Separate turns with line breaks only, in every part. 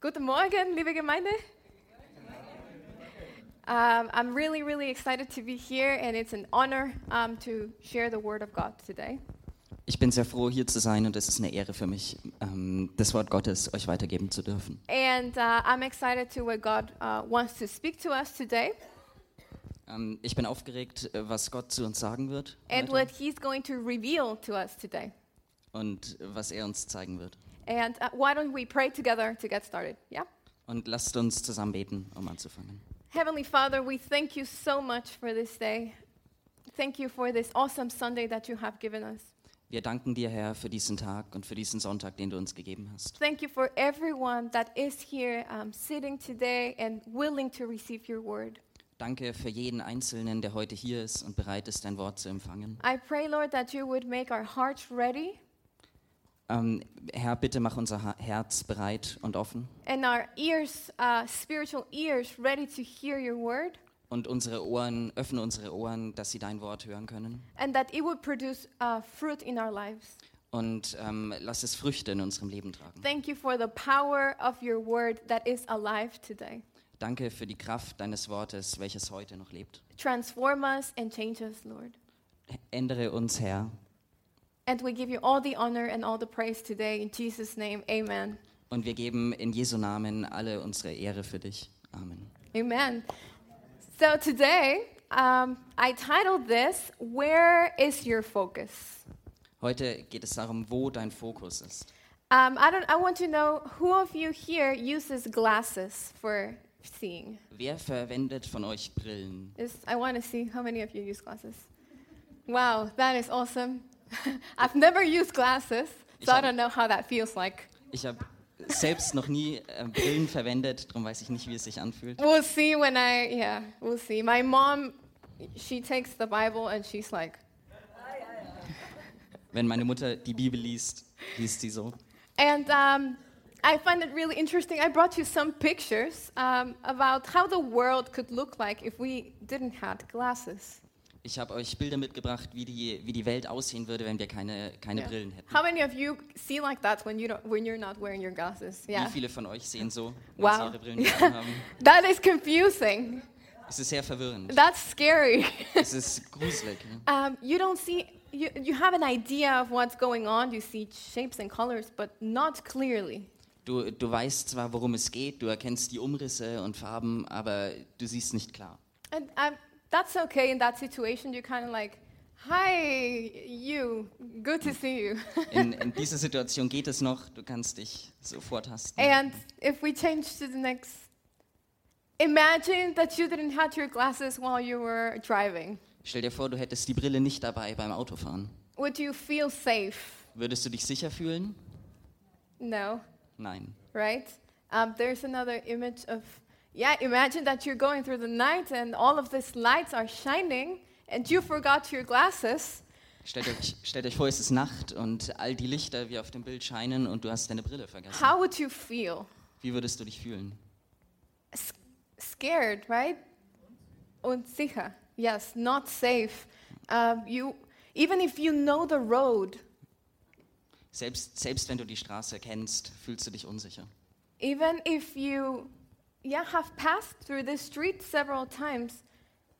Guten Morgen, liebe Gemeinde. Um, I'm really, really excited to be here, and it's an honor um, to share the Word of God today.
Ich bin sehr froh, hier zu sein und es ist eine Ehre für mich, ähm, das Wort Gottes euch weitergeben zu dürfen.
And uh, I'm excited to what God uh, wants to speak to us today
Ähm, ich bin aufgeregt, äh, was Gott zu uns sagen wird
and
heute
what He's going to reveal to us today.
und äh, was er uns zeigen wird.
And uh, why don't we pray together to get started? Yeah?
Und lasst uns zusammen beten, um anzufangen.
Heavenly Father, we thank you so much for this day. Thank you for this awesome Sunday that you have given us.
Wir danken dir, Herr, für diesen Tag und für diesen Sonntag, den du uns gegeben hast.
Thank you for everyone that is here um, sitting today and willing to receive your word.
Danke für jeden Einzelnen, der heute hier ist und bereit ist, dein Wort zu empfangen.
I pray, Lord, that you would make our hearts ready
Ähm, Herr, bitte mach unser Ha- Herz bereit und offen
and our ears, uh, spiritual ears, ready to hear your word,
und unsere Ohren, öffne unsere Ohren, dass sie dein Wort hören können.
and that it would produce uh, fruit in our lives.
Und ähm, lass es Früchte in unserem Leben tragen.
Thank you for the power of your word that is alive today.
Danke für die Kraft deines Wortes, welches heute noch lebt.
Transform us and change us, Lord.
Ändere uns, Herr.
And we give you all the honor and all the praise today. In Jesus' name, amen.
Und wir geben in Jesu Namen alle unsere Ehre für dich. Amen.
Amen. So today, um, I titled this, Where is Your Focus?
Heute geht es darum, wo dein Fokus ist.
Um, I, don't, I want to know who of you here uses glasses for seeing?
Wer verwendet von euch Brillen?
Is- I want to see how many of you use glasses. Wow, that is awesome. I've never used glasses, so I
Ishan.
don't know how that feels like.
Ich habe selbst noch nie äh, Brillen verwendet, darum weiß ich nicht, wie es sich anfühlt.
We'll see when I, yeah, we'll see. My mom, she takes the Bible and she's like,
Wenn meine Mutter die Bibel liest, liest sie so.
And um, I find it really interesting. I brought you some pictures um, about how the world could look like if we didn't have glasses.
Ich habe euch Bilder mitgebracht, wie die, wie die Welt aussehen würde, wenn wir keine, keine
Yeah.
Brillen hätten.
How many of you see like that when you don't, when you're not wearing your glasses? Yeah,
Wie viele von euch sehen so, wenn sie
Wow.
ihre Brillen nicht haben?
that is confusing.
Es ist sehr verwirrend.
That's scary.
Es ist gruselig. Ne?
um, you don't see. You, you have an idea of what's going on. You see shapes and colors, but not clearly.
Du, du weißt zwar, worum es geht, du erkennst die Umrisse und Farben, aber du siehst nicht klar.
And um, that's okay in that situation. You're kind of like, "Hi, you. Good to see you."
In, in dieser Situation geht es noch, du kannst dich so vortasten.
And if we change to the next, imagine that you didn't have your glasses while you were driving.
Stell dir vor, du hättest die Brille nicht dabei beim Autofahren.
Would you feel safe?
Würdest du dich sicher fühlen?
No,
Nein.
right? Um, there's another image of, yeah, imagine that you're going through the night and all of these lights are shining and you forgot your glasses.
Stellt euch, stellt euch vor, es ist Nacht und all die Lichter wie auf dem Bild scheinen und du hast deine Brille vergessen.
How would you feel?
Wie würdest du dich fühlen?
S- scared, right? Unsicher. Yes, not safe. Um, you, even if you know the road,
Selbst, selbst wenn du die Straße kennst, fühlst du dich unsicher.
even if you yeah have passed through this street several times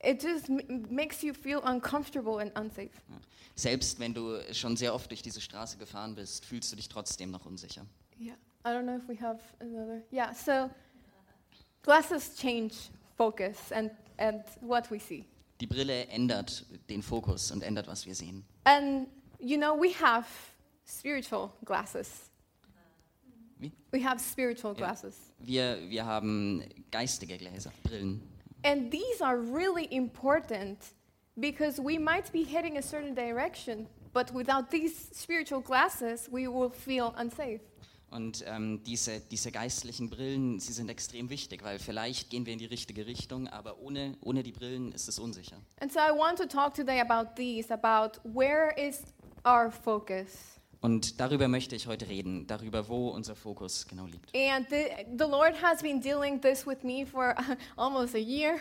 it just m- makes you feel uncomfortable and unsafe
Ja. Selbst wenn du schon sehr oft durch diese Straße gefahren bist, fühlst du dich trotzdem noch unsicher.
yeah i don't know if we have another yeah so glasses change focus and and what we see
Die Brille ändert den Fokus und ändert, was wir sehen.
and you know we have spiritual glasses
Wie?
we have spiritual
Yeah.
glasses
Wir, wir haben geistige Gläser, Brillen.
and these are really important because we might be heading a certain direction but without these spiritual glasses we will feel unsafe
Und ähm, diese, diese geistlichen Brillen, sie sind extrem wichtig, weil vielleicht gehen wir in die richtige Richtung, aber ohne, ohne die Brillen ist es unsicher.
And so I want to talk today about these, about where is our focus.
Und darüber möchte ich heute reden, darüber, wo unser Fokus genau liegt.
And the, the Lord has been dealing this with me for almost a year.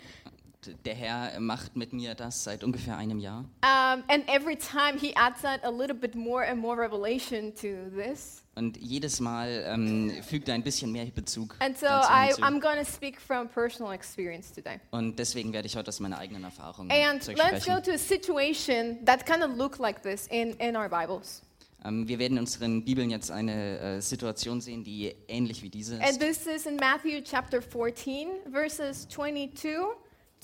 D- Der Herr macht mit mir das seit ungefähr einem Jahr.
um, and every time He adds on a little bit more and more revelation to this.
Und jedes Mal ähm, fügt er ein bisschen mehr Bezug
And so
dazu um
I,
hinzu.
I'm going to speak from personal experience today.
Und deswegen werde ich heute aus meiner eigenen Erfahrung
And let's go
sprechen.
to a situation that kind of looked like this in, in our Bibles.
Ähm, wir werden in unseren Bibeln jetzt eine äh, Situation sehen, die ähnlich wie diese
And
ist.
this is in Matthew chapter 14, verses 22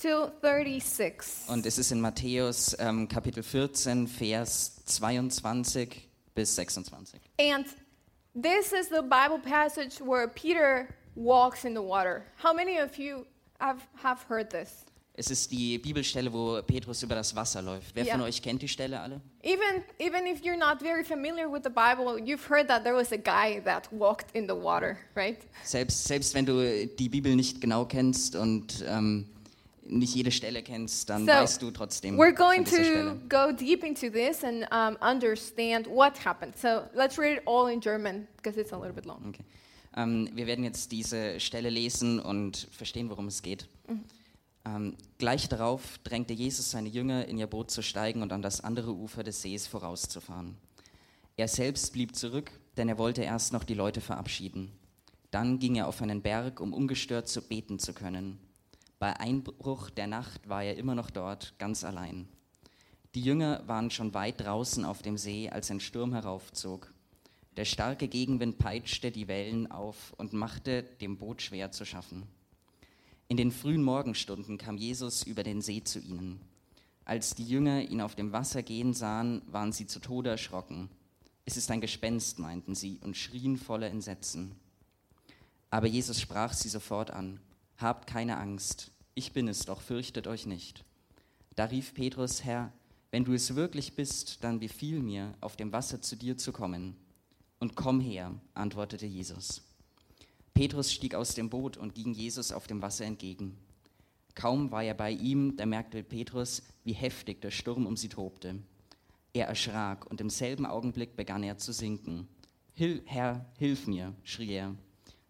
to 36.
Und es ist in Matthäus ähm, Kapitel 14, Vers 22 bis 26.
And this is the Bible passage where Peter walks in the water. How many of you have, have heard this?
Es ist die Bibelstelle, wo Petrus über das Wasser läuft. Wer
Ja.
von euch kennt die Stelle alle?
Even, even if you're not very familiar with the Bible, you've heard that there was a guy that walked in the water, right?
Selbst, selbst wenn du die Bibel nicht genau kennst und ähm, nicht jede Stelle kennst, dann
So,
weißt du trotzdem
We're
von
going
dieser
to
Stelle.
go deep into this and um, understand what happened. So let's read it all in German because it's a little bit long.
Okay. Ähm, wir werden jetzt diese Stelle lesen und verstehen, worum es geht. Ähm, gleich darauf drängte Jesus seine Jünger, in ihr Boot zu steigen und an das andere Ufer des Sees vorauszufahren. Er selbst blieb zurück, denn er wollte erst noch die Leute verabschieden. Dann ging er auf einen Berg, um ungestört zu beten zu können. Bei Einbruch der Nacht war er immer noch dort, ganz allein. Die Jünger waren schon weit draußen auf dem See, als ein Sturm heraufzog. Der starke Gegenwind peitschte die Wellen auf und machte dem Boot schwer zu schaffen. In den frühen Morgenstunden kam Jesus über den See zu ihnen. Als die Jünger ihn auf dem Wasser gehen sahen, waren sie zu Tode erschrocken. Es ist ein Gespenst, meinten sie und schrien voller Entsetzen. Aber Jesus sprach sie sofort an: Habt keine Angst, ich bin es, doch fürchtet euch nicht. Da rief Petrus, Herr, wenn du es wirklich bist, dann befiehl mir, auf dem Wasser zu dir zu kommen. Und komm her, antwortete Jesus. Petrus stieg aus dem Boot und ging Jesus auf dem Wasser entgegen. Kaum war er bei ihm, da merkte Petrus, wie heftig der Sturm um sie tobte. Er erschrak und im selben Augenblick begann er zu sinken. Hil Herr, hilf mir, schrie er.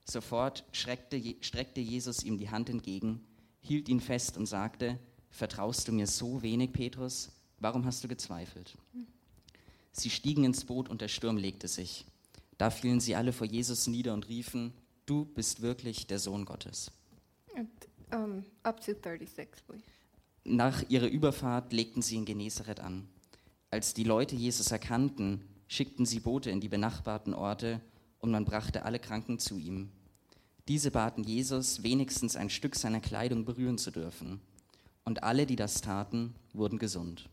Sofort schreckte, Je- streckte Jesus ihm die Hand entgegen, hielt ihn fest und sagte, Vertraust du mir so wenig, Petrus? Warum hast du gezweifelt? Sie stiegen ins Boot und der Sturm legte sich. Da fielen sie alle vor Jesus nieder und riefen, Du bist wirklich der Sohn Gottes.
And, um, up to 36, please.
Nach ihrer Überfahrt legten sie in Genezareth an. Als die Leute Jesus erkannten, schickten sie Boote in die benachbarten Orte und man brachte alle Kranken zu ihm. Diese baten Jesus, wenigstens ein Stück seiner Kleidung berühren zu dürfen. Und alle, die das taten, wurden gesund.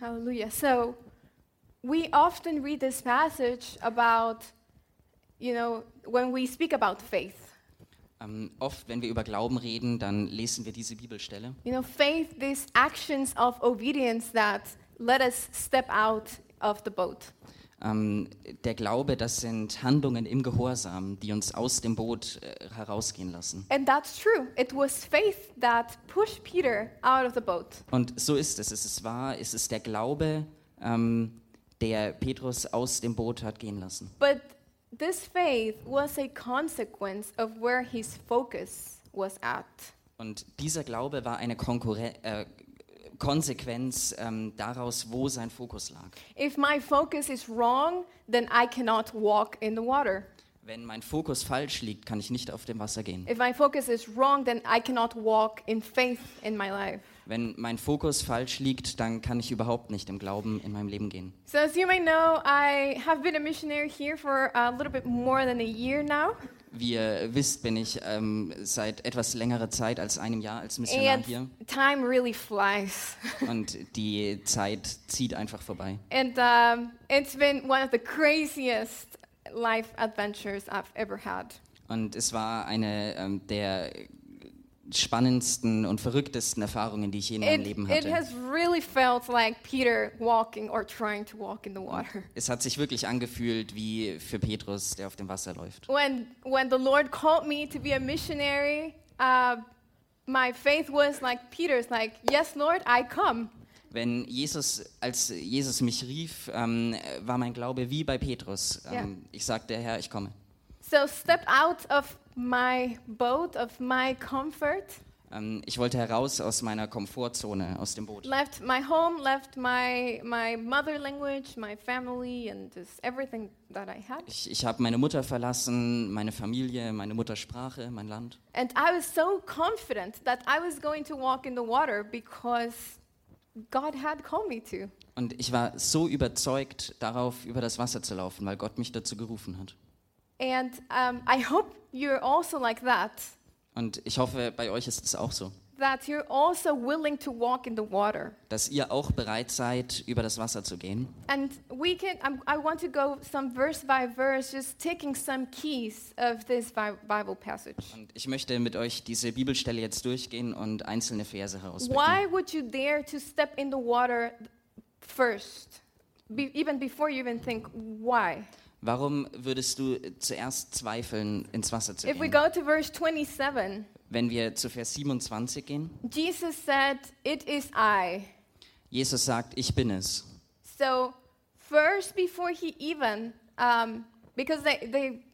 Hallelujah. So we often read this passage about, you know, when we speak about faith.
Ähm, oft, wenn wir über Glauben reden, dann lesen wir diese Bibelstelle.
You know, faith, these actions of obedience that let us step out of the boat.
Ähm, der Glaube, das sind Handlungen im Gehorsam, die uns aus dem Boot äh, herausgehen lassen.
And that's true. It was faith that pushed Peter out of the boat.
Und so ist es. Es ist wahr, es ist der Glaube, ähm, der Petrus aus dem Boot hat gehen lassen.
But this faith was a consequence of where his focus was at.
Und dieser Glaube war eine Konkurre äh, Konsequenz ähm, daraus, wo sein Fokus lag.
If my focus is wrong, then I cannot walk in the water.
Wenn mein Fokus falsch liegt, kann ich nicht auf dem Wasser gehen.
If my focus is wrong, then I cannot walk in faith in my life.
Wenn mein Fokus falsch liegt, dann kann ich überhaupt nicht im Glauben in meinem Leben gehen.
So, as you may know, I have been a missionary here for a little bit more than a year now.
Wie ihr wisst, bin ich ähm, seit etwas längerer Zeit als einem Jahr als Missionar hier.
And time really flies.
Und die Zeit zieht einfach vorbei.
And um, it's been one of the craziest life adventures I've ever had.
Und es war eine ähm, der spannendsten und verrücktesten Erfahrungen, die ich je in meinem
It,
Leben
it
hatte.
has really felt like Peter walking or trying to walk in the water.
Es hat sich wirklich angefühlt wie für Petrus, der auf dem Wasser läuft.
When, when the Lord called me to be a missionary, uh, my faith was like Peter's, like, yes, Lord, I come.
Wenn Jesus, als Jesus mich rief, ähm, war mein Glaube wie bei Petrus. Ähm,
Ja.
Ich sagte, Herr, ich komme.
So step out of my boat, of my comfort,
Ähm, ich wollte heraus aus meiner Komfortzone, aus dem Boot.
left my home, left my, my mother language, my family, and just everything that I had.
Ich, ich habe meine Mutter verlassen, meine Familie, meine Muttersprache, mein Land.
And I was so confident that I was going to walk in the water because God had called me to.
Und ich war so überzeugt darauf, über das Wasser zu laufen, weil Gott mich dazu gerufen hat.
And um, I hope you're also like that,
Und ich hoffe, bei euch ist es auch so,
that you're also willing to walk in the water.
dass ihr auch bereit seid, über das Wasser zu gehen.
And we can, I'm, I want to go some verse by verse, just taking some keys of this Bi- Bible passage.
Und ich möchte mit euch diese Bibelstelle jetzt durchgehen und einzelne Verse herauspicken.
Why would you dare to step in the water first? Be, even before you even think, why?
Warum würdest du zuerst zweifeln, ins Wasser zu
If we
gehen?
go to verse 27,
Wenn wir zu Vers 27 gehen,
Jesus said, It is I.
Jesus sagt, ich bin es.
So, first, before he even, um, because they, they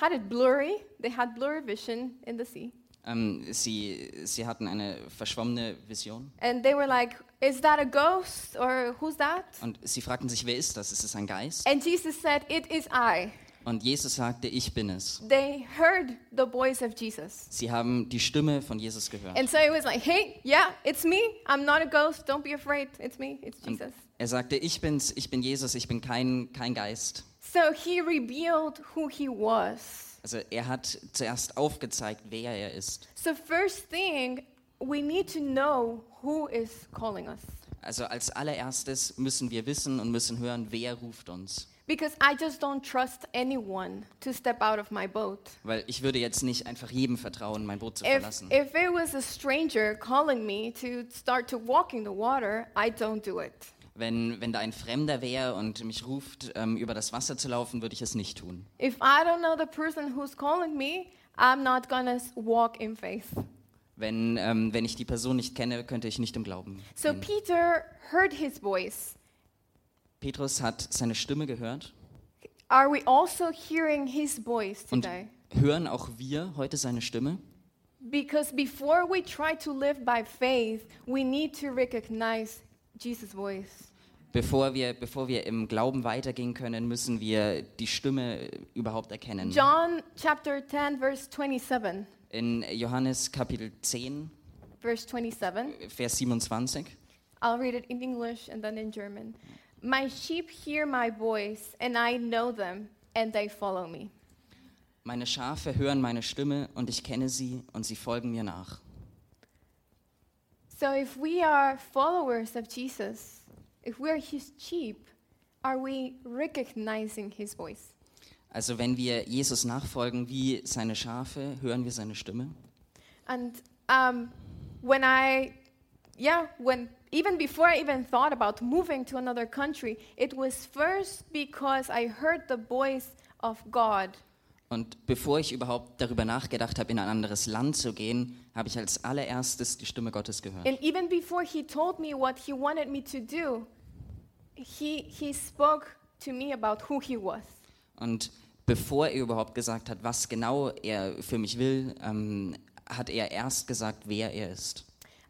had it blurry, they had blurry vision in the sea.
Ähm, sie, sie hatten eine verschwommene Vision
And they were like, Is that a ghost or who's that?
und sie fragten sich, wer ist das? Ist es ein Geist?
And Jesus said, It is I.
Und Jesus sagte, ich bin es.
They heard the voice of Jesus.
Sie haben die Stimme von Jesus gehört.
And so it was like, Hey, yeah, it's me. I'm not a ghost. Don't be afraid. It's me. It's
Und
Jesus.
er sagte, ich bin's, ich bin Jesus, ich bin kein, kein Geist.
So he revealed who he was.
Also er hat zuerst aufgezeigt, wer er ist.
So first thing, we need to know who is calling us.
Also als allererstes müssen wir wissen und müssen hören, wer ruft uns.
Because I just don't trust anyone to step out of my boat.
Weil ich würde jetzt nicht einfach jedem vertrauen, mein Boot zu
If,
verlassen.
if it was a stranger calling me to start to walk in the water, I don't do it.
Wenn, wenn da ein Fremder wäre und mich ruft, ähm, über das Wasser zu laufen, würde ich es nicht tun.
If I don't know the person who's calling me, I'm not gonna s- walk in faith.
Wenn, ähm, wenn ich die Person nicht kenne, könnte ich nicht im Glauben.
So Peter heard his voice.
Petrus hat seine Stimme gehört
Are we also hearing his voice
und
today?
hören auch wir heute seine Stimme?
Because before we try to live by faith, we need to recognize Jesus' voice.
Bevor wir, bevor wir im Glauben weitergehen können, müssen wir die Stimme überhaupt erkennen.
John chapter 10, verse 27.
In Johannes Kapitel 10,
Verse 27.
Vers 27.
I'll read it in English and then in German. My sheep hear my voice, and I know them, and they follow me.
Meine Schafe hören meine Stimme und ich kenne sie und sie folgen mir nach.
So if we are followers of Jesus, if we are his sheep, are we recognizing his voice?
Also wenn wir Jesus nachfolgen wie seine Schafe, hören wir seine Stimme.
And um, when I, yeah, when even before I even thought about moving to another country, it was first because I heard the voice of God.
Und bevor ich überhaupt darüber nachgedacht habe, in ein anderes Land zu gehen, habe ich als allererstes die Stimme Gottes gehört.
And even before He told me what He wanted me to do, He, he spoke to me about who He was.
Und bevor er überhaupt gesagt hat, was genau er für mich will, ähm, hat er erst gesagt, wer er ist.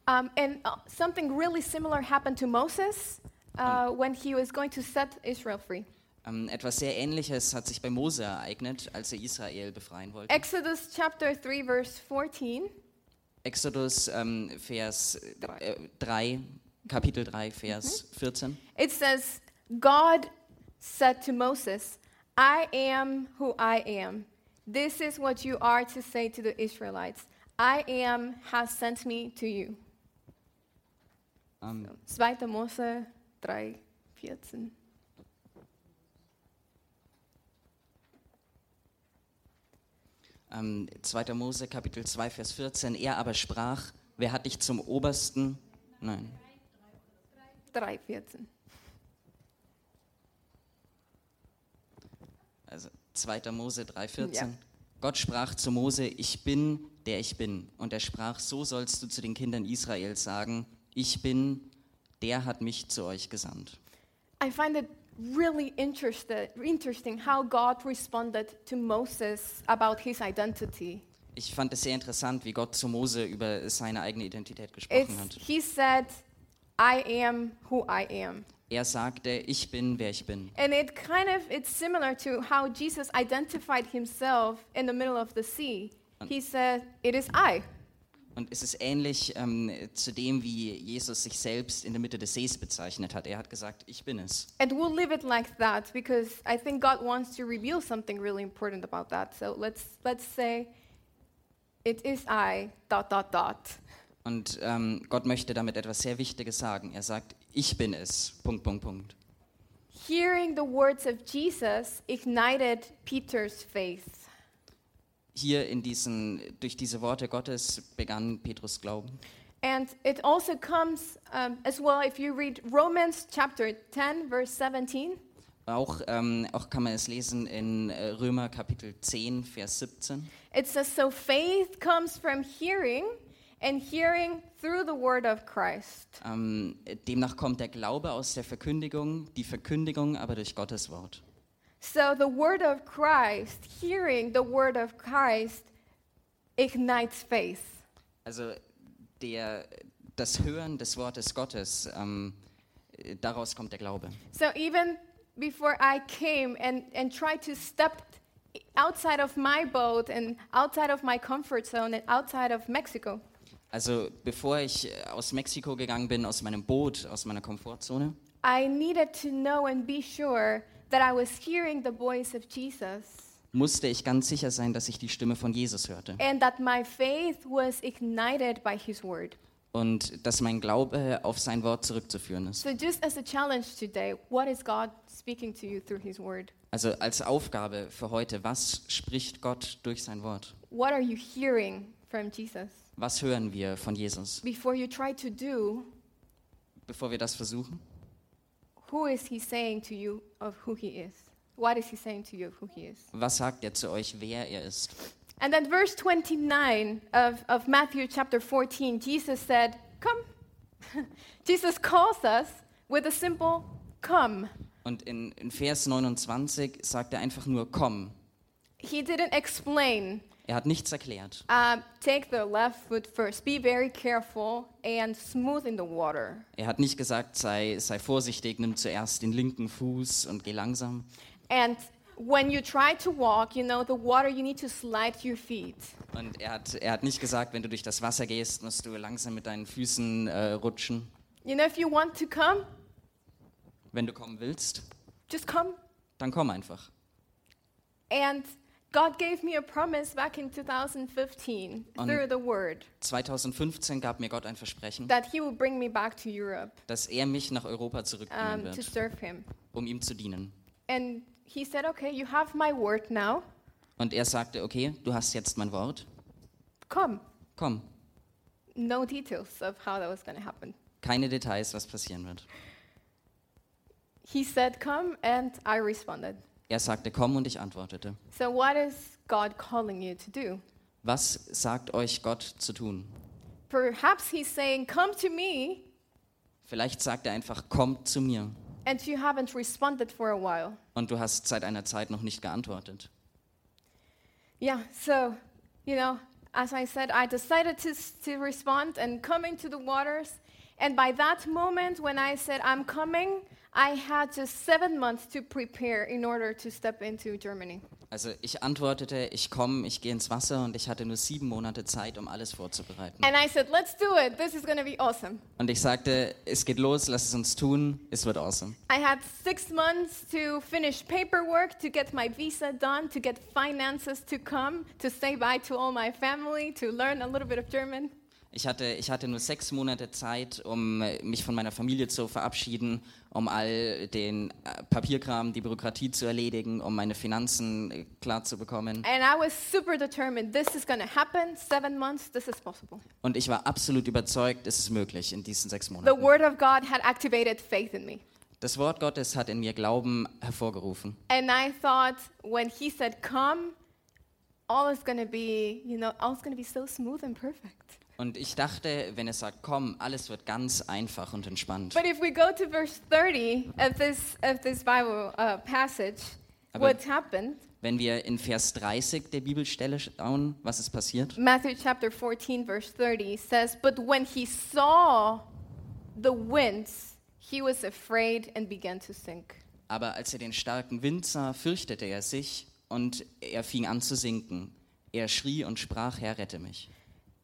Um, and uh, something really similar happened to Moses uh, when he was going to set Israel free.
Ähm, etwas sehr Ähnliches hat sich bei Mose ereignet, als er Israel befreien wollte.
Exodus chapter 3, verse 14.
Exodus ähm, Vers äh, 3, Kapitel 3, Vers 14.
It says, God said to Moses, I am who I am. This is what you are to say to the Israelites. I am has sent me to you.
Ähm,
2. Mose 3, 14.
Ähm, 2. Mose, Kapitel 2, Vers 14. Er aber sprach: Wer hat dich zum Obersten? Nein.
3,14.
also 2. Mose 3,14.
Ja.
Gott sprach zu Mose: Ich bin, der ich bin. Und er sprach: So sollst du zu den Kindern Israels sagen: Ich bin, der hat mich zu euch gesandt.
I find it really interested, interesting how God responded to Moses about his identity.
Ich fand es sehr interessant, wie Gott zu Mose über seine eigene Identität gesprochen
It's,
hat.
he said, I am who I am.
Er sagte: Ich bin, wer ich bin.
And it kind of it's similar to how Jesus identified himself in the middle of the sea. He said, "It is I."
Und es ist ähnlich ähm, zu dem, wie Jesus sich selbst in der Mitte des Sees bezeichnet hat. Er hat gesagt: Ich bin es.
And we'll leave it like that because I think God wants to reveal something really important about that. So let's let's say it is I dot dot dot.
Und ähm, Gott möchte damit etwas sehr Wichtiges sagen. Er sagt: Ich bin es. Punkt, Punkt, Punkt.
Hearing the words of Jesus ignited Peter's faith.
hier in diesen, durch diese Worte Gottes begann Petrus Glauben.
And it also comes um, as well if you read Romans chapter 10 verse 17.
Auch, ähm, auch kann man es lesen in äh, Römer Kapitel 10, Vers 17.
It says, so faith comes from hearing, and hearing through the word of Christ.
Ähm, demnach kommt der Glaube aus der Verkündigung, die Verkündigung aber durch Gottes Wort.
So the word of Christ, hearing the word of Christ, ignites faith.
Also der, das Hören des Wortes Gottes, ähm, äh, daraus kommt der Glaube.
So even before I came and, and tried to step outside of my boat and outside of my comfort zone and outside of Mexico,
Also bevor ich äh, aus Mexiko gegangen bin, aus meinem Boot, aus meiner Komfortzone,
I needed to know and be sure that I was hearing the voice of Jesus.
musste ich ganz sicher sein, dass ich die Stimme von Jesus hörte.
And that my faith was ignited by his word.
und dass mein Glaube auf sein Wort zurückzuführen ist.
So, just as a challenge today, what is God speaking to you through His Word?
Also als Aufgabe für heute, was spricht Gott durch sein Wort?
What are you hearing from Jesus?
Was hören wir von Jesus?
Before you try to do,
Bevor wir das versuchen,
who is He saying to you of who He is? What is He saying to you of who He is?
was sagt er zu euch, wer er ist?
And then, verse 29 of, of Matthew chapter 14, Jesus said, Come. Jesus calls us with a simple come.
Und in, in Vers 29 sagt er einfach nur, komm.
He didn't explain.
Er hat nichts erklärt.
Um, take the left foot first. Be very careful and smooth in the water.
Er hat nicht gesagt, sei, sei vorsichtig, nimm zuerst den linken Fuß und geh langsam.
And when you try to walk, you know, the water, you need to slide your feet.
Und er hat, er hat nicht gesagt, wenn du durch das Wasser gehst, musst du langsam mit deinen Füßen äh, rutschen.
You know, if you want to come,
Wenn du kommen willst,
just come.
dann komm einfach.
And God gave me a promise back in 2015
On-
through the word
2015 gab mir Gott ein Versprechen,
that He will bring me back to Europe
dass er mich nach Europa zurückbringen
um, to
wird,
serve Him.
um ihm zu dienen.
And He said, okay, you have my word now,
Und er sagte, okay, du hast jetzt mein Wort,
come.
komm.
No details of how that was going to happen.
Keine Details, was passieren wird.
He said, come, and I responded.
Er sagte, komm und ich antwortete.
So, what is God calling you to do?
Was sagt euch Gott zu tun?
Perhaps He's saying, come to me,
Vielleicht sagt er einfach, kommt zu mir.
and you haven't responded for a while.
Und du hast seit einer Zeit noch nicht geantwortet.
Yeah, so, you know, as I said, I decided to, s- to respond and come into the waters. And by that moment, when I said, I'm coming, I had just seven months to prepare in order to step into Germany.
Also ich antwortete, ich komme, ich gehe ins Wasser und ich hatte nur sieben Monate Zeit, um alles vorzubereiten.
And I said, let's do it. This is going to be awesome.
Und ich sagte, es geht los, lass es uns tun, es wird awesome.
I had six months to finish paperwork, to get my visa done, to get finances to come, to say bye to all my family, to learn a little bit of German.
Ich hatte, ich hatte nur sechs Monate Zeit, um äh, mich von meiner Familie zu verabschieden, um all den äh, Papierkram, die Bürokratie zu erledigen, um meine Finanzen äh, klar zu bekommen.
And I was super determined. This is going to happen. Seven months, this is possible.
Und ich war absolut überzeugt, es ist möglich in diesen sechs
The
Monaten.
Word of God had activated faith in me.
Das Wort Gottes hat in mir Glauben hervorgerufen.
And I thought when He said, Come, all is going to be, you know, all is going to be so smooth and perfect.
Und ich dachte, wenn es sagt, komm, alles wird ganz einfach und entspannt.
But if we go to verse 30 of this, of this Bible uh, passage,
Aber-
what's happened?
Wenn wir in Vers 30 der Bibelstelle schauen, was ist passiert?
Matthew chapter 14, verse 30 says, But when he saw the winds, he was afraid and began to sink.
Aber als er den starken Wind sah, fürchtete er sich und er fing an zu sinken. Er schrie und sprach, Herr, rette mich.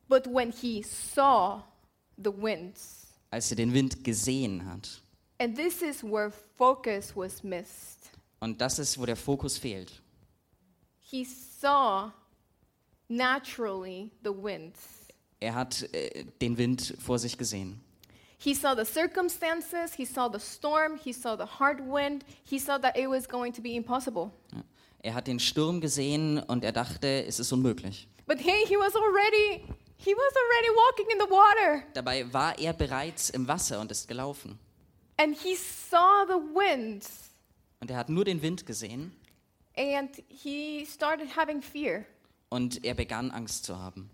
But when he saw the winds,
Als er den Wind gesehen hat.
and this is where focus was missed,
Und das ist, wo der Fokus fehlt.
he saw naturally the winds.
Er hat äh, den Wind vor sich gesehen.
He saw the circumstances, he saw the storm, he saw the hard wind, he saw that it was going to be impossible.
Ja. Er hat den Sturm gesehen und er dachte, es ist unmöglich.
But hey, he was already he was already walking in the water.
Dabei war er bereits im Wasser und ist gelaufen.
And he saw the winds
Und er hat nur den Wind gesehen
and he started having fear.
und er begann Angst zu haben.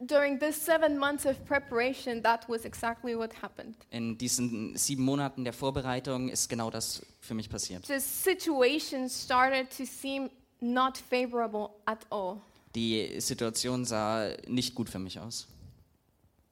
During this seven months of preparation, that was exactly what happened.
In diesen sieben Monaten der Vorbereitung ist genau das für mich passiert.
The situation started to seem not favorable at all.
Die Situation sah nicht gut für mich aus.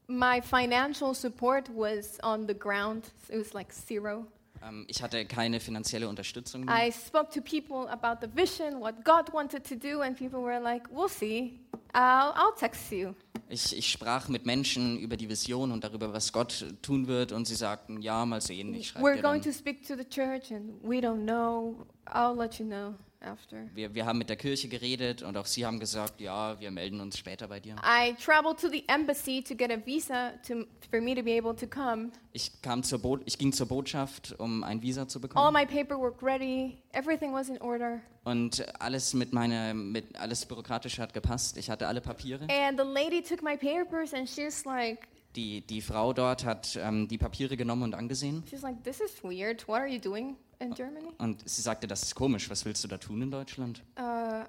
My financial support was on the ground, it was like zero.
Ähm, ich hatte keine finanzielle Unterstützung. Mehr.
I spoke to people about the vision, what God wanted to do, and people were like, We'll see, I'll, I'll text you.
Ich, ich sprach mit Menschen über die Vision und darüber, was Gott tun wird, und sie sagten, ja, mal sehen, ich schreibe
We're
dir
going
dann.
to speak to the church, and we don't know. I'll let you know after.
Wir, wir haben mit der Kirche geredet und auch sie haben gesagt, ja, wir melden uns später bei dir.
I traveled to the embassy to get a visa to, for me to be able to come.
Ich, kam zur Bo ich ging zur Botschaft, um ein Visa zu
All
bekommen.
my paperwork ready, everything was in order.
Und alles mit meiner, mit alles bürokratische hat gepasst. Ich hatte alle Papiere.
And the lady took my papers, and she's like,
Die, die Frau dort hat ähm, die Papiere genommen und angesehen.
she's like, this is weird. What are you doing in Germany?
Und sie sagte, das ist komisch, was willst du da tun in Deutschland?
Uh,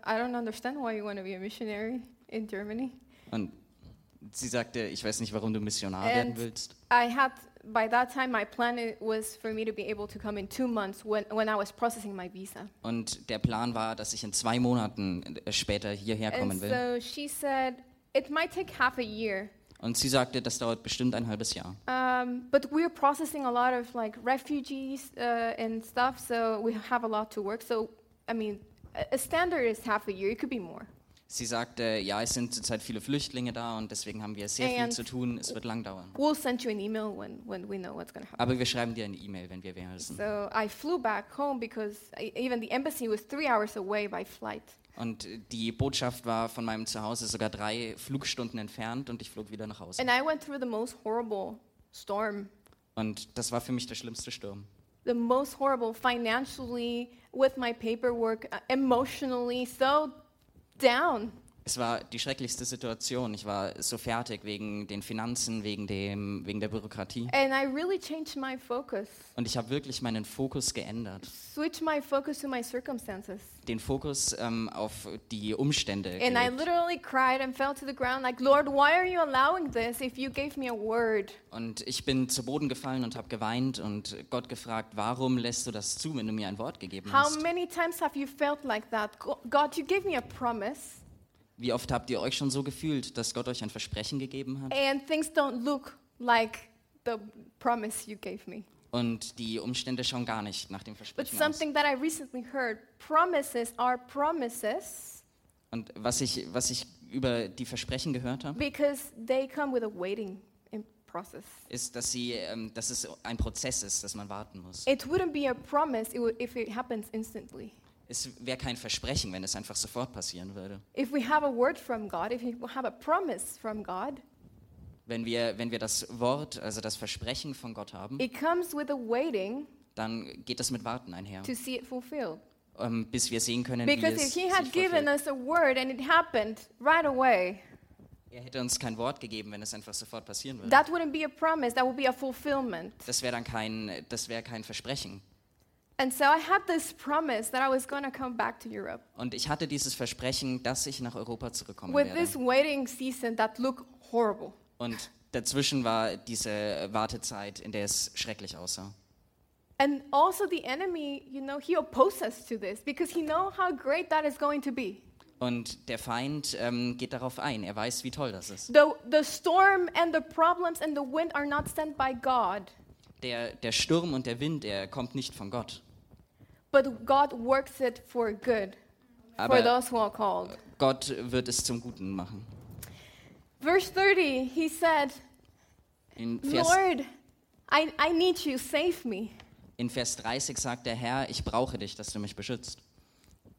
I don't understand why you want to be a missionary in Germany.
Und sie sagte, ich weiß nicht, warum du Missionar
And-
werden willst.
I had by that time my plan i- was for me to be able to come in two months when, when I was processing my visa.
Und der Plan war, dass ich in zwei Monaten äh, später hierher
And
kommen will.
so she said, it might take half a year,
Und sie sagte, das dauert bestimmt ein halbes Jahr.
um, but we're processing a lot of like refugees uh, and stuff, so we have a lot to work. So, I mean, a, a standard is half a year, it could be more.
Sie sagte, ja, es sind zurzeit viele Flüchtlinge da und deswegen haben wir sehr
And-
viel zu tun, es wird lang dauern.
We'll send you an email when, when we know what's going to happen.
Aber wir schreiben dir eine E-Mail, wenn wir wer wissen.
So I flew back home because I, even the embassy was three hours away by flight.
Und die Botschaft war von meinem Zuhause sogar drei Flugstunden entfernt und ich flog wieder nach Hause.
And I went through the most horrible storm
Und das war für mich der schlimmste Sturm.
the most horrible financially with my paperwork uh, emotionally so down
Es war die schrecklichste Situation. Ich war so fertig wegen den Finanzen, wegen, dem, wegen der Bürokratie.
and i really changed my focus
Und ich habe wirklich meinen Fokus geändert.
switched my focus to my circumstances
Den Fokus ähm, auf die Umstände.
and i
gelegt.
literally cried and fell to the ground like lord why are you allowing this if you gave me a word
Und ich bin zu Boden gefallen und habe geweint und Gott gefragt, warum lässt du das zu, wenn du mir ein Wort gegeben
how
hast?
many times have you felt like that Go- god you gave me a promise
Wie oft habt ihr euch schon so gefühlt, dass Gott euch ein Versprechen gegeben hat
and things don't look like the promise you gave me
und die Umstände schauen gar nicht nach dem
but
Versprechen aus?
something that i recently heard promises are promises
Und was ich, was ich über die Versprechen gehört habe,
Because they come with a waiting in process.
ist, dass, sie, ähm, dass es ein Prozess ist, dass man warten muss.
It wouldn't be a promise it would, if it happens instantly.
Es wäre kein Versprechen, wenn es einfach sofort passieren würde.
If we have a word from God, if we have a promise from God,
Wenn wir, wenn wir das Wort, also das Versprechen von Gott haben,
It comes with a waiting
dann geht das mit Warten einher,
to see it fulfilled.
ähm, bis wir sehen können, wie
Because
es
if
sich
he had given
verfüllt.
us a word and it happened right away,
Er hätte uns kein Wort gegeben, wenn es einfach sofort passieren würde.
that wouldn't be a promise, that would be a fulfillment.
Das wäre dann kein, das wäre kein Versprechen.
And so I had this promise that I was going to come back to Europe
Und ich hatte dieses Versprechen, dass ich nach Europa zurückkommen
with
werde.
this waiting season that looked horrible.
Und dazwischen war diese Wartezeit, in der es schrecklich aussah.
And also the enemy, you know, he opposed us to this because he know how great that is going to be.
Und der Feind ähm, geht darauf ein. Er weiß, wie toll das ist.
The, the storm and the problems and the wind are not sent by God,
Der, der Sturm und der Wind, er kommt nicht von Gott.
but God works it for good for
Aber
those who are called.
Gott wird es zum Guten machen.
Verse 30, he said,
In Vers,
Lord, I, I need you, save me,
in Vers 30 sagt der Herr, ich brauche dich, dass du mich beschützt.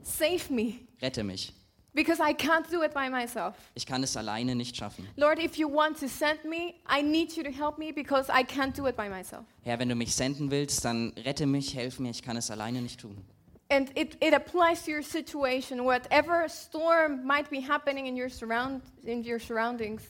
save me,
Rette mich.
because I can't do it by myself.
Ich kann es alleine nicht schaffen.
Lord, if you want to send me, I need you to help me because I can't do it by myself.
Herr, wenn du mich senden willst, dann rette mich, helf mir, ich kann es alleine nicht tun.
And it, it applies to your situation, whatever storm might be happening in your, surround, in your surroundings.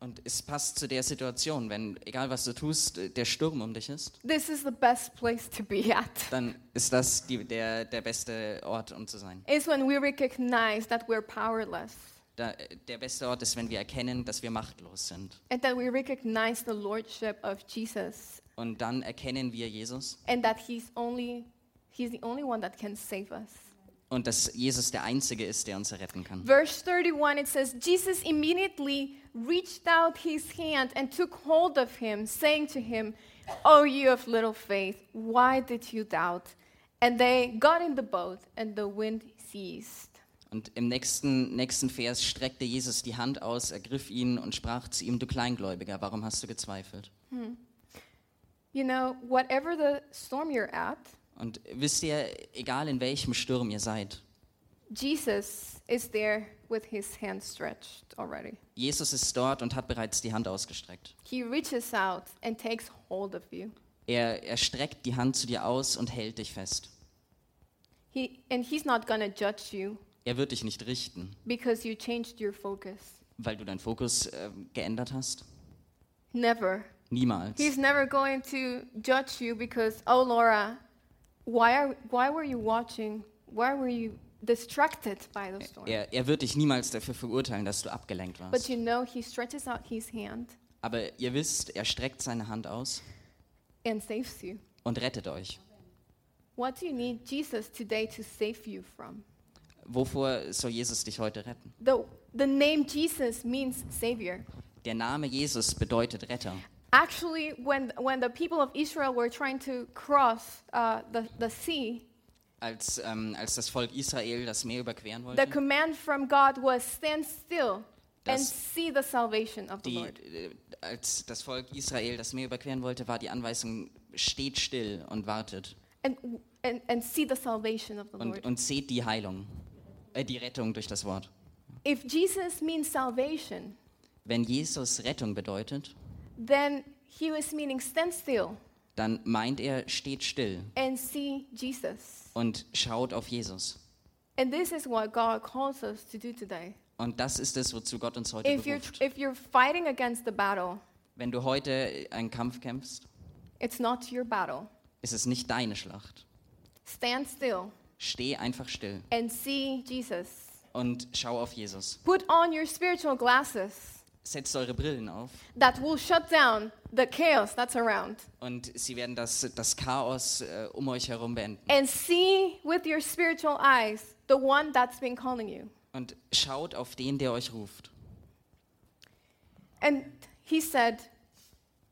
Und es passt zu der Situation, wenn, egal was du tust, der Sturm um dich ist,
This is the best place to be at.
dann ist das die, der, der beste Ort, um zu sein.
It's when we recognize that we're powerless
Da, der beste Ort ist, wenn wir erkennen, dass wir machtlos sind.
and that we recognize the lordship of Jesus
Und dann erkennen wir Jesus
and that he's only he's the only one that can save us.
und dass Jesus der Einzige ist, der uns retten kann.
Verse 31 it says Jesus immediately reached out his hand and took hold of him saying to him, "O you of little faith, why did you doubt?" And they got in the boat and the wind ceased.
Und im nächsten, nächsten Vers streckte Jesus die Hand aus, ergriff ihn und sprach zu ihm, du Kleingläubiger, warum hast du gezweifelt?
You know, whatever the storm you're at,
Und wisst ihr, egal in welchem Sturm ihr seid,
Jesus is there with his hand stretched already.
Jesus ist dort und hat bereits die Hand ausgestreckt.
He reaches out and takes hold of you.
Er, er streckt die Hand zu dir aus und hält dich fest.
He, and he's not going to judge you
Er wird dich nicht richten,
because you changed your focus.
weil du deinen Fokus äh, geändert hast.
Never.
Niemals.
He's never going to judge you because, oh, Laura, why, are, why were you watching? Why were you distracted by the storm?
Er, er wird dich niemals dafür verurteilen, dass du abgelenkt
But
warst.
you know, he stretches out his hand
Aber ihr wisst, er streckt seine Hand aus
and saves you.
und rettet euch.
What do you need Jesus today to save you from?
Wovor soll Jesus dich heute retten?
The, the name Jesus means Savior.
Der Name Jesus bedeutet Retter.
Actually, when, when the people of Israel were trying to cross uh, the, the sea,
Als, ähm, als das Volk Israel das Meer überqueren
the
wollte,
command from God was stand still and
Das-
see the salvation of the
die,
Lord.
äh, als das Volk Israel das Meer überqueren wollte, war die Anweisung, steht still und wartet
And, and, and see the salvation of the
und,
Lord.
und seht die Heilung, äh, die Rettung durch das Wort.
If Jesus means salvation,
Wenn Jesus Rettung bedeutet,
then he was meaning stand still
dann meint er, steht still
and see Jesus.
und schaut auf Jesus.
And this is what God calls us to do today.
Und das ist es, wozu Gott uns heute
If you're,
beruft.
if you're fighting against the battle,
Wenn du heute einen Kampf kämpfst,
it's not your battle.
ist es nicht deine Schlacht.
Stand still
Steh einfach still
and see Jesus.
und schau auf Jesus.
Put on your spiritual glasses
Setzt eure Brillen auf
that will shut down the chaos that's around
und sie werden das, das Chaos äh, um euch herum beenden.
and see with your spiritual eyes the one that's been calling you.
Und schaut auf den, der euch ruft.
And he said,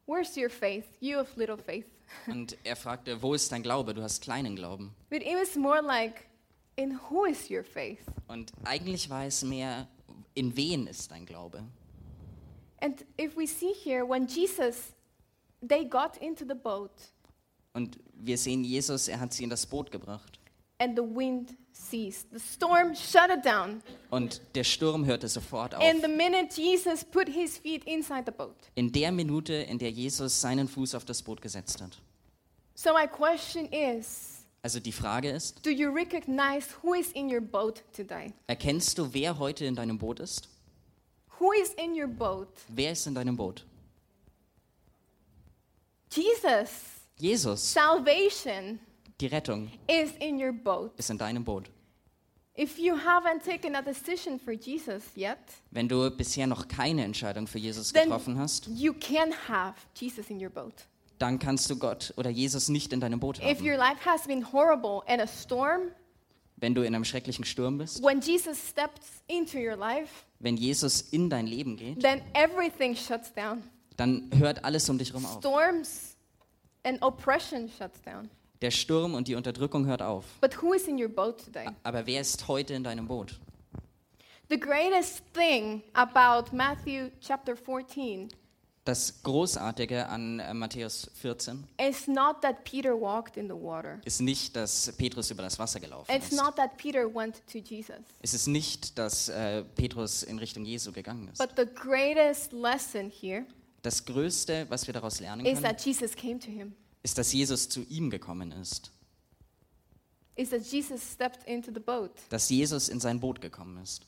Where's your faith, you of little faith?
Und er fragte, wo ist dein Glaube? Du hast kleinen Glauben.
But it was more like, In who is your faith?
Und eigentlich war es mehr, in wen ist dein Glaube?
And if we see here, when Jesus, they got into the boat,
Und wir sehen Jesus, er hat sie in das Boot gebracht.
and the wind ceased. The storm shut it down.
Und der Sturm hörte sofort auf.
And the minute Jesus put his feet inside the boat.
In der Minute, in der Jesus seinen Fuß auf das Boot gesetzt hat.
So, my question is
Also die Frage ist,
do you recognize who is in your boat today?
erkennst du, wer heute in deinem Boot ist?
Who is in your boat?
Wer ist in deinem Boot?
Jesus.
Jesus,
Salvation
die Rettung,
is in your boat.
ist in deinem Boot.
If you haven't taken a decision for Jesus yet,
Wenn du bisher noch keine Entscheidung für Jesus
Denn-
getroffen hast,
you can have Jesus in your boat.
dann kannst du Gott oder Jesus nicht in deinem Boot
If
haben.
your life has been horrible and a storm,
Wenn du in einem schrecklichen Sturm bist,
when Jesus steps into your life,
wenn Jesus in dein Leben geht,
then everything shuts down.
dann hört alles um dich herum auf.
Storms and oppression shuts down.
Der Sturm und die Unterdrückung hört auf.
But who is in your boat today?
Aber wer ist heute in deinem Boot?
The greatest thing about Matthew chapter 14
Das Großartige an äh, Matthäus 14
is not that Peter walked in the water.
ist nicht, dass Petrus über das Wasser gelaufen
It's
ist.
not that Peter went to Jesus.
Es ist nicht, dass äh, Petrus in Richtung Jesu gegangen ist.
But the greatest lesson here
Das Größte, was wir daraus lernen
is
können,
that Jesus came to him.
ist, dass Jesus zu ihm gekommen ist.
Is that Jesus stepped into the boat
Dass Jesus in sein Boot gekommen ist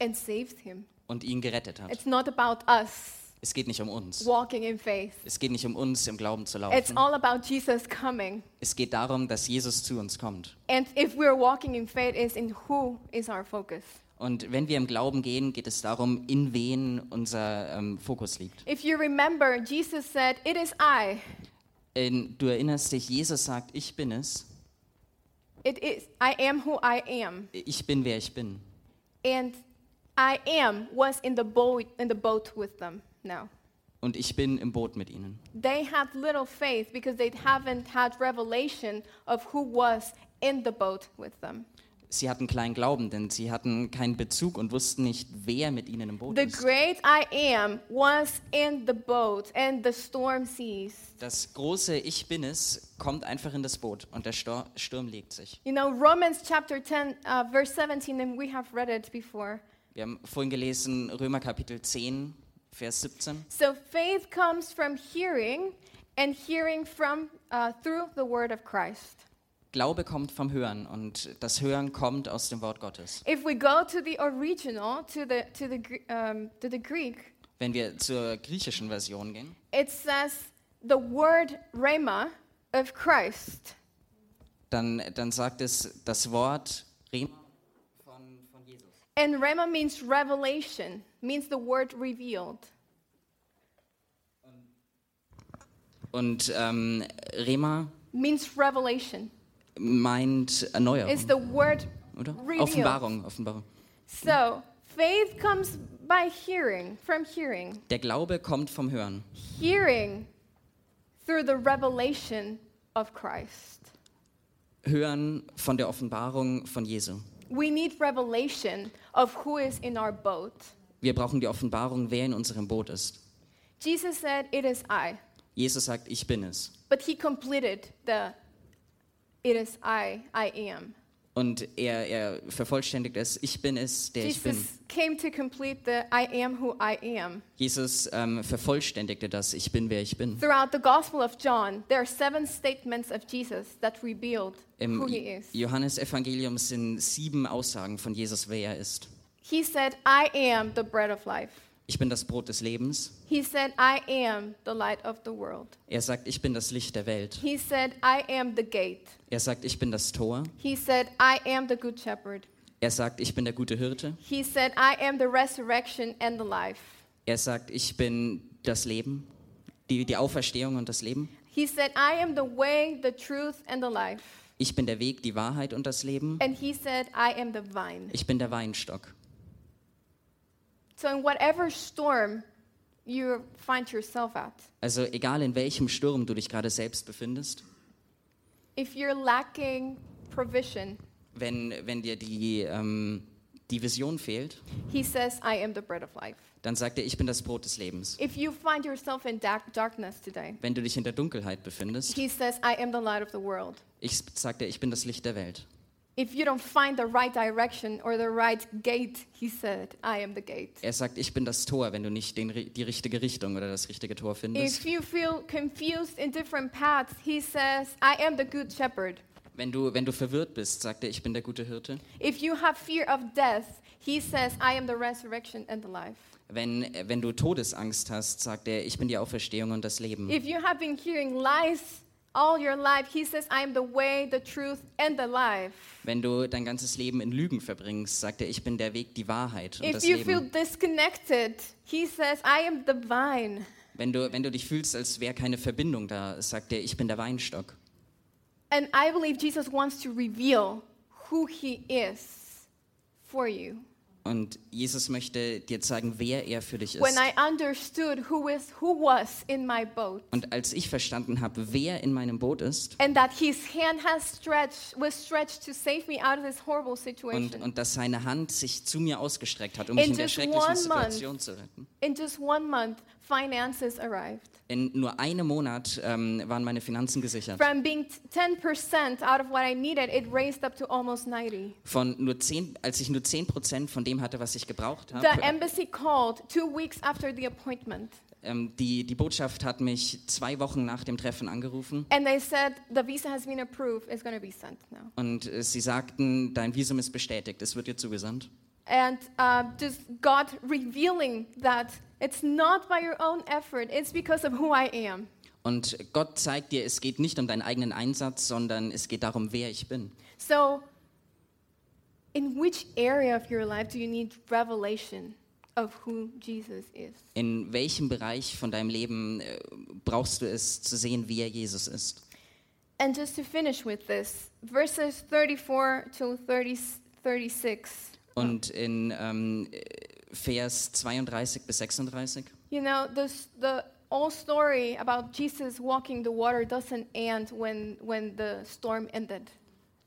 and saved him.
und ihn gerettet hat.
It's not about us
Es geht nicht um uns.
walking in faith.
Es geht nicht um uns, im Glauben zu
It's
laufen.
all about Jesus coming.
Es geht darum, dass Jesus zu uns kommt.
And if we're walking in faith, it's in who is our focus.
Und wenn wir im Glauben gehen, geht es darum, in wen unser ähm, Fokus liegt.
If you remember, Jesus said, It is I.
In, du erinnerst dich, Jesus sagt, ich bin es,
It is I am who I am.
ich bin, wer ich bin.
And I am was in the boat in the boat with them now.
Und ich bin im Boot mit ihnen.
They had little faith because they haven't had revelation of who was in the boat with them.
Sie hatten kleinen Glauben, denn sie hatten keinen Bezug und wussten nicht, wer mit ihnen im Boot
The
ist.
great I am was in the boat and the storm ceased.
Das große Ich bin es kommt einfach in das Boot und der Stor Sturm legt sich.
You know, Romans chapter 10, uh, verse 17, and we have read it before.
Wir haben vorhin gelesen, Römer Kapitel 10, Vers 17.
So faith comes from hearing, and hearing from uh, through the word of Christ.
Glaube kommt vom Hören und das Hören kommt aus dem Wort Gottes.
If we go to the original, to the to the Gr- um, to the Greek,
Wenn wir zur griechischen Version gehen,
it says the word rhema of Christ.
dann, dann sagt es das Wort Rema von, von Jesus.
And rhema means revelation, means the word revealed.
Und ähm, Rema
Means revelation.
meint
It's
Erneuerung,
the word
oder?
revealed.
Offenbarung, Offenbarung.
So faith comes by hearing, from hearing.
Der Glaube kommt vom Hören.
Hearing through the revelation of Christ.
Hören von der Offenbarung von Jesu.
We need revelation of who is in our boat.
Wir brauchen die Offenbarung, wer in unserem Boot ist.
Jesus said, It is I.
Jesus sagt, ich bin es.
But he completed the it is I, I am.
Und er, er vervollständigt es, ich bin es, der ich bin.
Jesus came to complete the I am who I am.
Jesus ähm, vervollständigte das, ich bin, wer ich bin.
Throughout the Gospel of John, there are seven statements of Jesus that revealed
Im
who he is.
Johannesevangelium sind sieben Aussagen von Jesus, wer er ist.
He said, I am the bread of life.
Ich bin das Brot des Lebens.
He said, I am the light of the world.
Er sagt, ich bin das Licht der Welt.
He said, I am the gate.
Er sagt, ich bin das Tor.
He said, I am the good shepherd.
Er sagt, ich bin der gute Hirte.
He said, I am the resurrection and the life.
Er sagt, ich bin das Leben, die, die Auferstehung und das Leben.
He said, I am the way, the truth, and the life.
Ich bin der Weg, die Wahrheit und das Leben.
And he said, I am the vine.
Ich bin der Weinstock.
So, in whatever storm you find yourself at,
Also egal in welchem Sturm du dich gerade selbst befindest,
if you're lacking provision,
wenn, wenn dir die, ähm, die Vision fehlt,
he says, I am the bread of life.
dann sagt er, ich bin das Brot des Lebens.
If you find yourself in dark darkness today,
Wenn du dich in der Dunkelheit befindest,
he says, I am the light of the world.
ich sagt er, ich bin das Licht der Welt.
If you don't find the right direction or the right gate, he said, I am the gate.
Er sagt, ich bin das Tor, wenn du nicht den, ri- die richtige Richtung oder das richtige Tor findest.
If you feel confused in different paths, he says, I am the good shepherd.
Wenn du, wenn du verwirrt bist, sagt er, ich bin der gute Hirte.
If you have fear of death, he says, I am the resurrection and the life.
Wenn, äh, wenn du Todesangst hast, sagt er, ich bin die Auferstehung und das Leben.
If you have been hearing lies all your life, he says, I am the way, the truth, and the life.
Wenn du dein ganzes Leben in Lügen verbringst, sagt er, ich bin der Weg, die Wahrheit und
If
das
you feel
Leben.
disconnected, he says, I am the vine.
Wenn du, wenn du dich fühlst, als wäre keine Verbindung da, sagt er, ich bin der Weinstock.
And I believe Jesus wants to reveal who he is for you.
Und Jesus möchte dir zeigen, wer er für dich ist.
When I understood who is who was in my boat
Und als ich verstanden habe, wer in meinem Boot ist
and that his hand has stretched was stretched to save me out of this horrible
und,
situation.
und dass seine Hand sich zu mir ausgestreckt hat, um
In
mich in der
just
schrecklichen
one
Situation zu retten.
In just one month, finances arrived.
In nur einem Monat ähm, waren meine Finanzen gesichert.
From being t- 10% out of what I needed, it raised up to almost 90.
Von nur 10, als ich nur 10% von dem hatte, was ich gebraucht habe,
The embassy called 2 weeks after the appointment
ähm, die, die Botschaft hat mich zwei Wochen nach dem Treffen angerufen
and they said the visa has been approved, it's going to be sent now.
und äh, sie sagten, dein Visum ist bestätigt, es wird dir zugesandt.
and uh, just God revealing that it's not by your own effort, it's because of who I am.
Und Gott zeigt dir, es geht nicht um deinen eigenen Einsatz, sondern es geht darum, wer ich bin.
So, in which area of your life do you need revelation of who Jesus is?
In welchem Bereich von deinem Leben äh, brauchst du es zu sehen, wie er Jesus ist?
And just to finish with this, verses 34 to 30, 36,
Und in ähm, äh, Vers 32 bis 36,
you know, this, the whole story about Jesus walking the water doesn't end when, when the storm ended.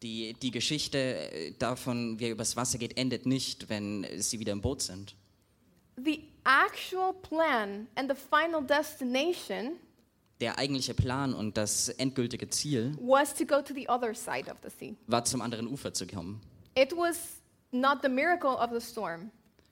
die, die Geschichte äh, davon, wer übers Wasser geht, endet nicht, wenn äh, sie wieder im Boot sind.
The actual plan and the final destination
Der eigentliche Plan und das endgültige Ziel
was to go to the other side of the sea.
war, zum anderen Ufer zu kommen.
It was not the miracle of the storm,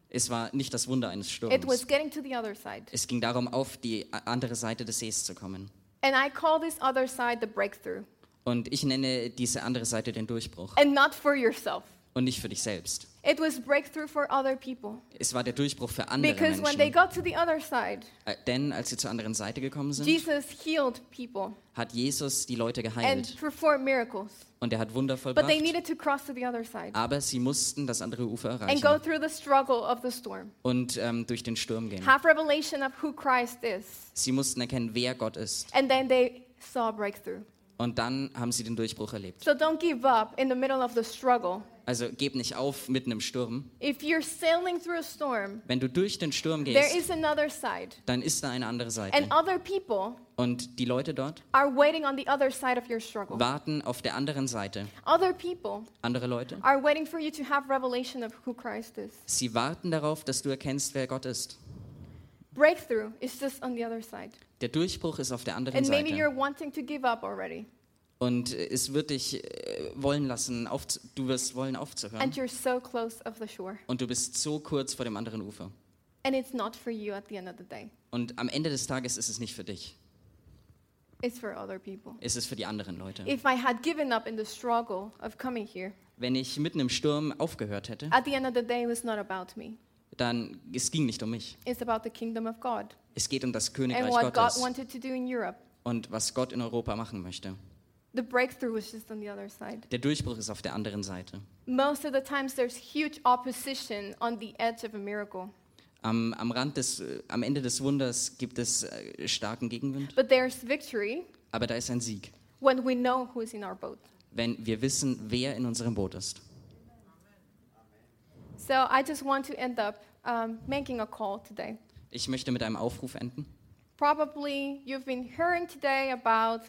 Es war nicht das Wunder eines
it was
Sturms.
getting to the other side.
Es ging darum, auf die a- andere Seite des Sees zu kommen.
And I call this other side the breakthrough,
Und ich nenne diese andere Seite den Durchbruch
and not for yourself.
und nicht für dich selbst.
It was breakthrough for other people.
Es war der Durchbruch für andere
Because when
Menschen.
they got to the other side,
Äh, Denn als sie zur anderen Seite gekommen sind,
Jesus healed people
hat Jesus die Leute
and
geheilt
performed miracles.
und er hat Wunder
But
vollbracht.
they needed to cross to the other side
Aber sie mussten das andere Ufer
and go
erreichen
through the struggle of the storm,
und ähm, durch den Sturm gehen.
have revelation of who Christ is,
Sie mussten erkennen, wer Gott ist.
and then they saw breakthrough.
Und dann haben sie den Durchbruch erlebt.
So don't give up in the middle of the struggle.
Also gebt nicht auf mitten im Sturm.
If you're sailing through a storm,
Wenn du durch den Sturm
there
gehst,
is another side.
dann ist da eine andere Seite.
And other people
Und die Leute dort
are waiting on the other side of your struggle.
warten auf der anderen Seite.
Other people
Andere Leute,
are waiting for you to have revelation of who Christ is.
sie warten darauf, dass du erkennst, wer Gott ist.
Breakthrough is just on the other side.
Der Durchbruch ist auf der anderen
And maybe
Seite.
you're wanting to give up already.
Und äh, es wird dich äh, wollen lassen, aufzu- du wirst wollen aufzuhören.
And you're so close of the shore.
Und du bist so kurz vor dem anderen Ufer.
And it's not for you at the end of the day.
Und am Ende des Tages ist es nicht für dich,
It's for other people.
es ist für die anderen Leute.
If I had given up in the struggle of coming here,
Wenn ich mitten im Sturm aufgehört hätte,
at the end of the day, it was not about me.
dann es ging nicht um mich.
It's about the kingdom of God
Es geht um das
and
Königreich
what God
Gottes
wanted to do in Europe.
und was Gott in Europa machen möchte.
The breakthrough was just on the other side.
Der Durchbruch ist auf der anderen Seite.
Most of the times, there's huge opposition on the edge of a miracle,
Am, am Rand des, äh, am Ende des Wunders gibt es äh, starken Gegenwind,
but there's victory
aber da ist ein Sieg,
when we know who's in our boat.
wenn wir wissen, wer in unserem Boot ist.
So I just want to end up um, making a call today.
Ich möchte mit einem Aufruf enden.
Probably you've been hearing today about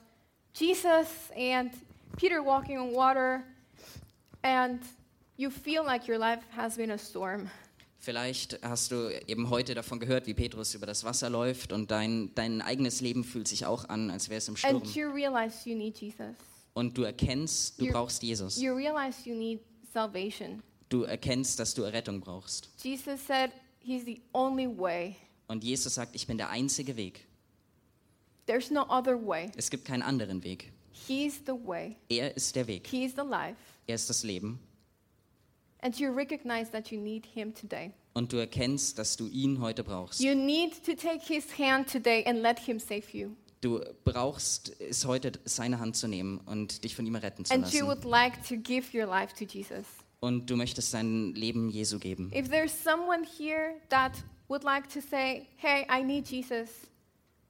Jesus and Peter walking on water, and You feel like your life has been a storm.
Vielleicht hast du eben heute davon gehört, wie Petrus über das Wasser läuft und dein, dein eigenes Leben fühlt sich auch an, als wäre es im Sturm.
And you realize you need Jesus.
Und du erkennst, du
You-
brauchst Jesus.
You realize you need salvation.
Du erkennst, dass du Errettung brauchst.
Jesus said he's the only way.
Und Jesus sagt, ich bin der einzige Weg.
There's no other way.
Es gibt keinen anderen Weg.
He's the way.
Er ist der Weg.
He's the life.
Er ist das Leben.
And you recognize that you need him today.
Und du erkennst, dass du ihn heute brauchst.
You need to take his hand today and let him save you.
Du brauchst es heute, seine Hand zu nehmen und dich von ihm retten zu
And you
lassen.
would like to give your life to Jesus.
Und du möchtest dein Leben Jesu geben.
If there's someone here that would like to say, hey, I need Jesus,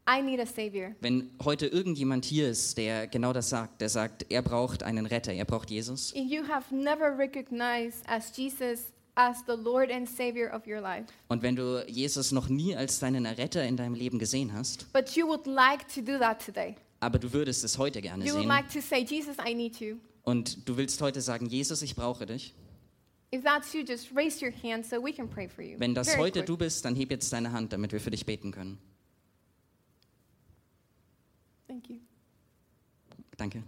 I need a savior,
Wenn heute irgendjemand hier ist, der genau das sagt, der sagt, er braucht einen Retter, er braucht Jesus,
and you have never recognized as Jesus as the Lord and Savior of your life,
und wenn du Jesus noch nie als deinen Retter in deinem Leben gesehen hast,
but you would like to do that today,
aber du würdest es heute gerne
you would
sehen
like to say, Jesus, I need you.
und du willst heute sagen, Jesus, ich brauche dich,
If that's you, just raise your hand so we can pray for you.
wenn das
Very
heute
quick.
du bist, dann heb jetzt deine Hand, damit wir für dich beten können.
Thank you.
Danke.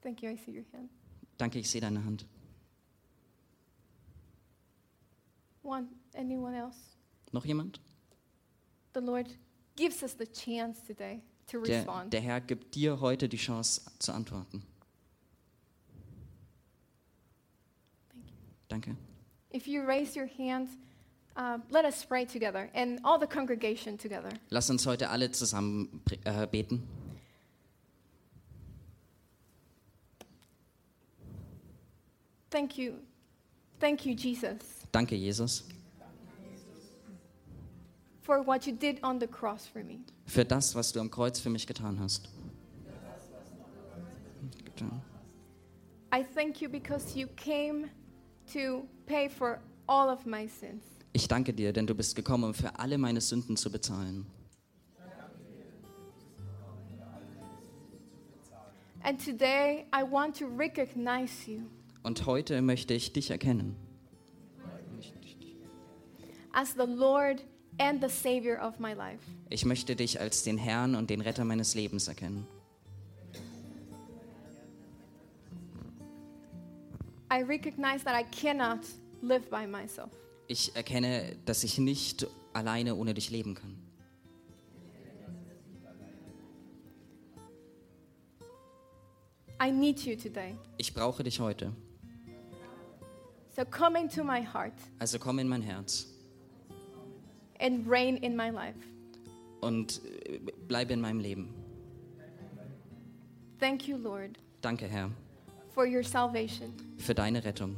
Thank you. I see your hand.
Danke, ich sehe deine Hand.
One, anyone else?
Noch jemand?
The Lord gives us the chance today to
Der,
respond.
der Herr gibt dir heute die Chance zu antworten. Danke.
If you raise your hand, uh, let us pray together and all the congregation together.
Lass uns heute alle zusammen pr- äh, beten.
Thank you. Thank you, Jesus,
Danke, Jesus,
for what you did on the cross for me.
für das, was du am Kreuz für mich getan hast. Getan.
I thank you because you came to pay for all of my sins.
Ich danke dir, denn du bist gekommen, um für alle meine Sünden zu bezahlen.
And today I want to recognize you
Und heute möchte ich dich erkennen
as the Lord and the Savior of my life.
Ich möchte dich als den Herrn und den Retter meines Lebens erkennen.
I recognize that I cannot live by myself.
Ich erkenne, dass ich nicht alleine ohne dich leben kann.
I need you today.
Ich brauche dich heute.
So come into my heart
Also komm in mein Herz
and reign in my life.
und äh, bleibe in meinem Leben.
Thank you, Lord,
Danke, Herr,
for your salvation,
für deine Rettung,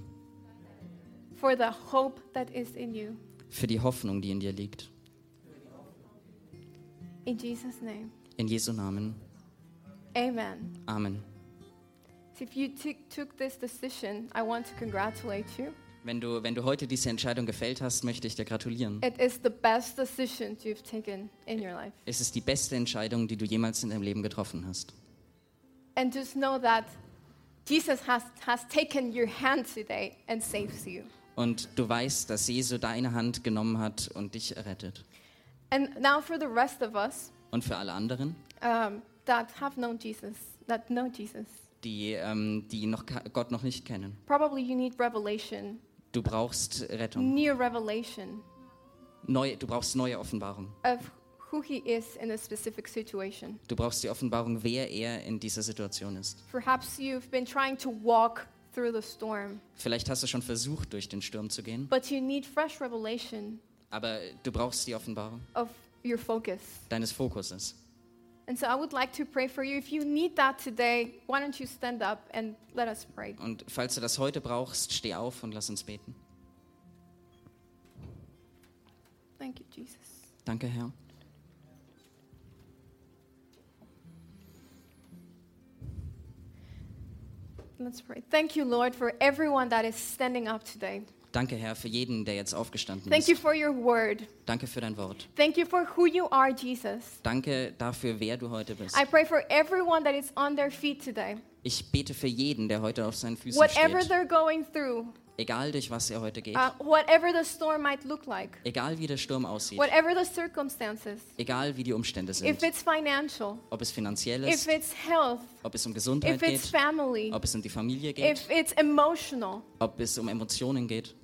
for the hope that is in you.
für die Hoffnung, die in dir liegt.
In Jesus' name,
In Jesu Namen.
amen.
Amen.
So if you t- took this decision, I want to congratulate you.
Wenn du, wenn du heute diese Entscheidung gefällt hast, möchte ich dir gratulieren.
It is the best decision you've taken in your life.
Es ist die beste Entscheidung, die du jemals in deinem Leben getroffen hast.
And just know that Jesus has, has taken your hand today and saves you.
Und du weißt, dass Jesu deine Hand genommen hat und dich errettet.
And now for the rest of us
Und für alle anderen,
um, that have known Jesus, that know Jesus,
die, ähm, die noch ka- Gott noch nicht kennen.
probably you need revelation,
Du brauchst Rettung.
new revelation
Neue, du brauchst neue Offenbarung.
of who he is in a specific situation.
Du brauchst die Offenbarung, wer er in dieser Situation ist.
Perhaps you've been trying to walk through the storm,
Vielleicht hast du schon versucht, durch den Sturm zu gehen,
but you need fresh revelation
aber du brauchst die Offenbarung
of your focus.
deines Fokuses.
And so I would like to pray for you. If you need that today, why don't you stand up and let us pray?
Und falls du das heute brauchst, steh auf und lass uns beten.
Thank you, Jesus.
Danke, Herr.
Let's pray. Thank you, Lord, for everyone that is standing up today.
Danke, Herr, für jeden, der jetzt aufgestanden
Thank you
ist.
for your word.
Danke für dein Wort.
Thank you for who you are, Jesus.
Danke dafür, wer du heute bist.
I pray for everyone that is on their feet today.
Ich bete für jeden, der heute auf seinen Füßen
Whatever
steht.
they're going through,
Egal durch was ihr heute geht,
Uh, whatever the storm might look like,
egal wie der Sturm aussieht,
whatever the circumstances,
egal wie die Umstände sind,
if it's financial,
ob es finanziell
if
ist,
it's health,
ob es um
if
Gesundheit
it's
geht,
family,
ob es um die Familie geht,
if it's emotional,
ob es um Emotionen geht.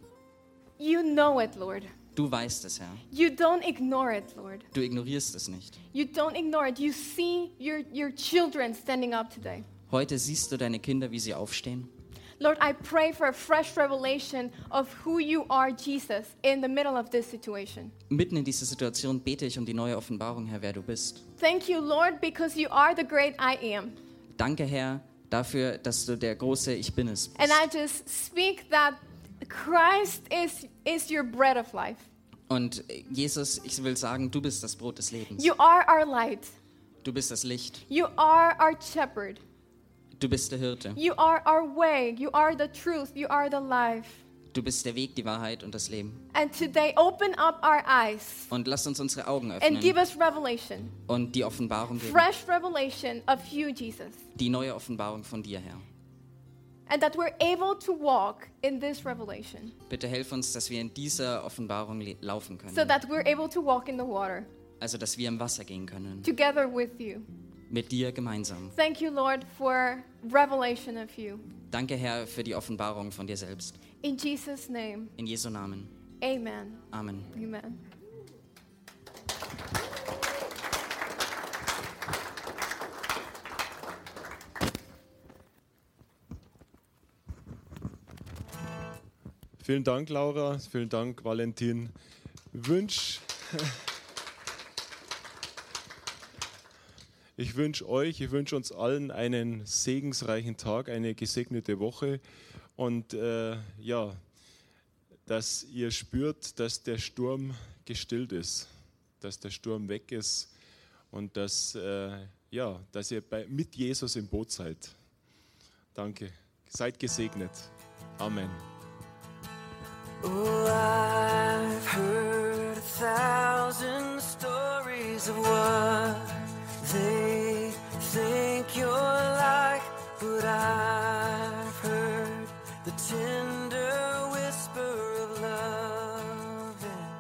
you know it, Lord.
Du weißt es, Herr.
You don't ignore it, Lord.
Du ignorierst es nicht.
You don't ignore it. You see your, your children standing up today.
Heute siehst du deine Kinder, wie sie aufstehen.
Lord, I pray for a fresh revelation of who you are, Jesus, in the middle of this situation.
Mitten in dieser Situation bete ich um die neue Offenbarung, Herr, wer du bist.
Thank you, Lord, because you are the great I am.
Danke, Herr, dafür, dass du der große Ich bin es bist.
And I just speak that Christ is, is your bread of life.
Und äh, Jesus, ich will sagen, du bist das Brot des Lebens.
You are our light.
Du bist das Licht.
You are our shepherd.
Du bist der Hirte.
You are our way. You are the truth. You are the life.
Du bist der Weg, die Wahrheit und das Leben.
And today, open up our eyes
Und lass uns unsere Augen
and give us
öffnen
revelation,
und die Offenbarung geben.
fresh revelation of you, Jesus,
Die neue Offenbarung von dir, Herr.
and that we're able to walk in this revelation.
Bitte helf uns, dass wir in dieser Offenbarung le- laufen
so
können.
that we're able to walk in the water
Also, dass wir im Wasser gehen können.
together with you.
Mit dir gemeinsam.
Thank you, Lord, for revelation of you.
Danke, Herr, für die Offenbarung von dir selbst.
In Jesus' name,
In Jesu Namen.
amen.
Amen.
Amen.
Vielen Dank, Laura. Vielen Dank, Valentin. Wünsch. Ich wünsche euch, ich wünsche uns allen einen segensreichen Tag, eine gesegnete Woche und äh, ja, dass ihr spürt, dass der Sturm gestillt ist, dass der Sturm weg ist und dass, äh, ja, dass ihr bei, mit Jesus im Boot seid. Danke. Seid gesegnet. Amen.
Oh, I've heard a thousand stories of what they think you're like, but I've heard the tender whisper of love in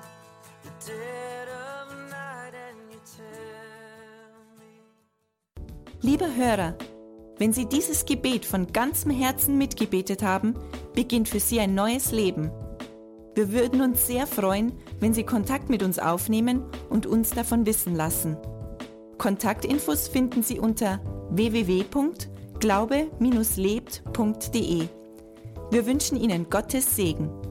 the dead of night, and you tell me.
Lieber Hörer, wenn Sie dieses Gebet von ganzem Herzen mitgebetet haben, beginnt für Sie ein neues Leben. Wir würden uns sehr freuen, wenn Sie Kontakt mit uns aufnehmen und uns davon wissen lassen. Kontaktinfos finden Sie unter www.glaube-lebt.de. Wir wünschen Ihnen Gottes Segen.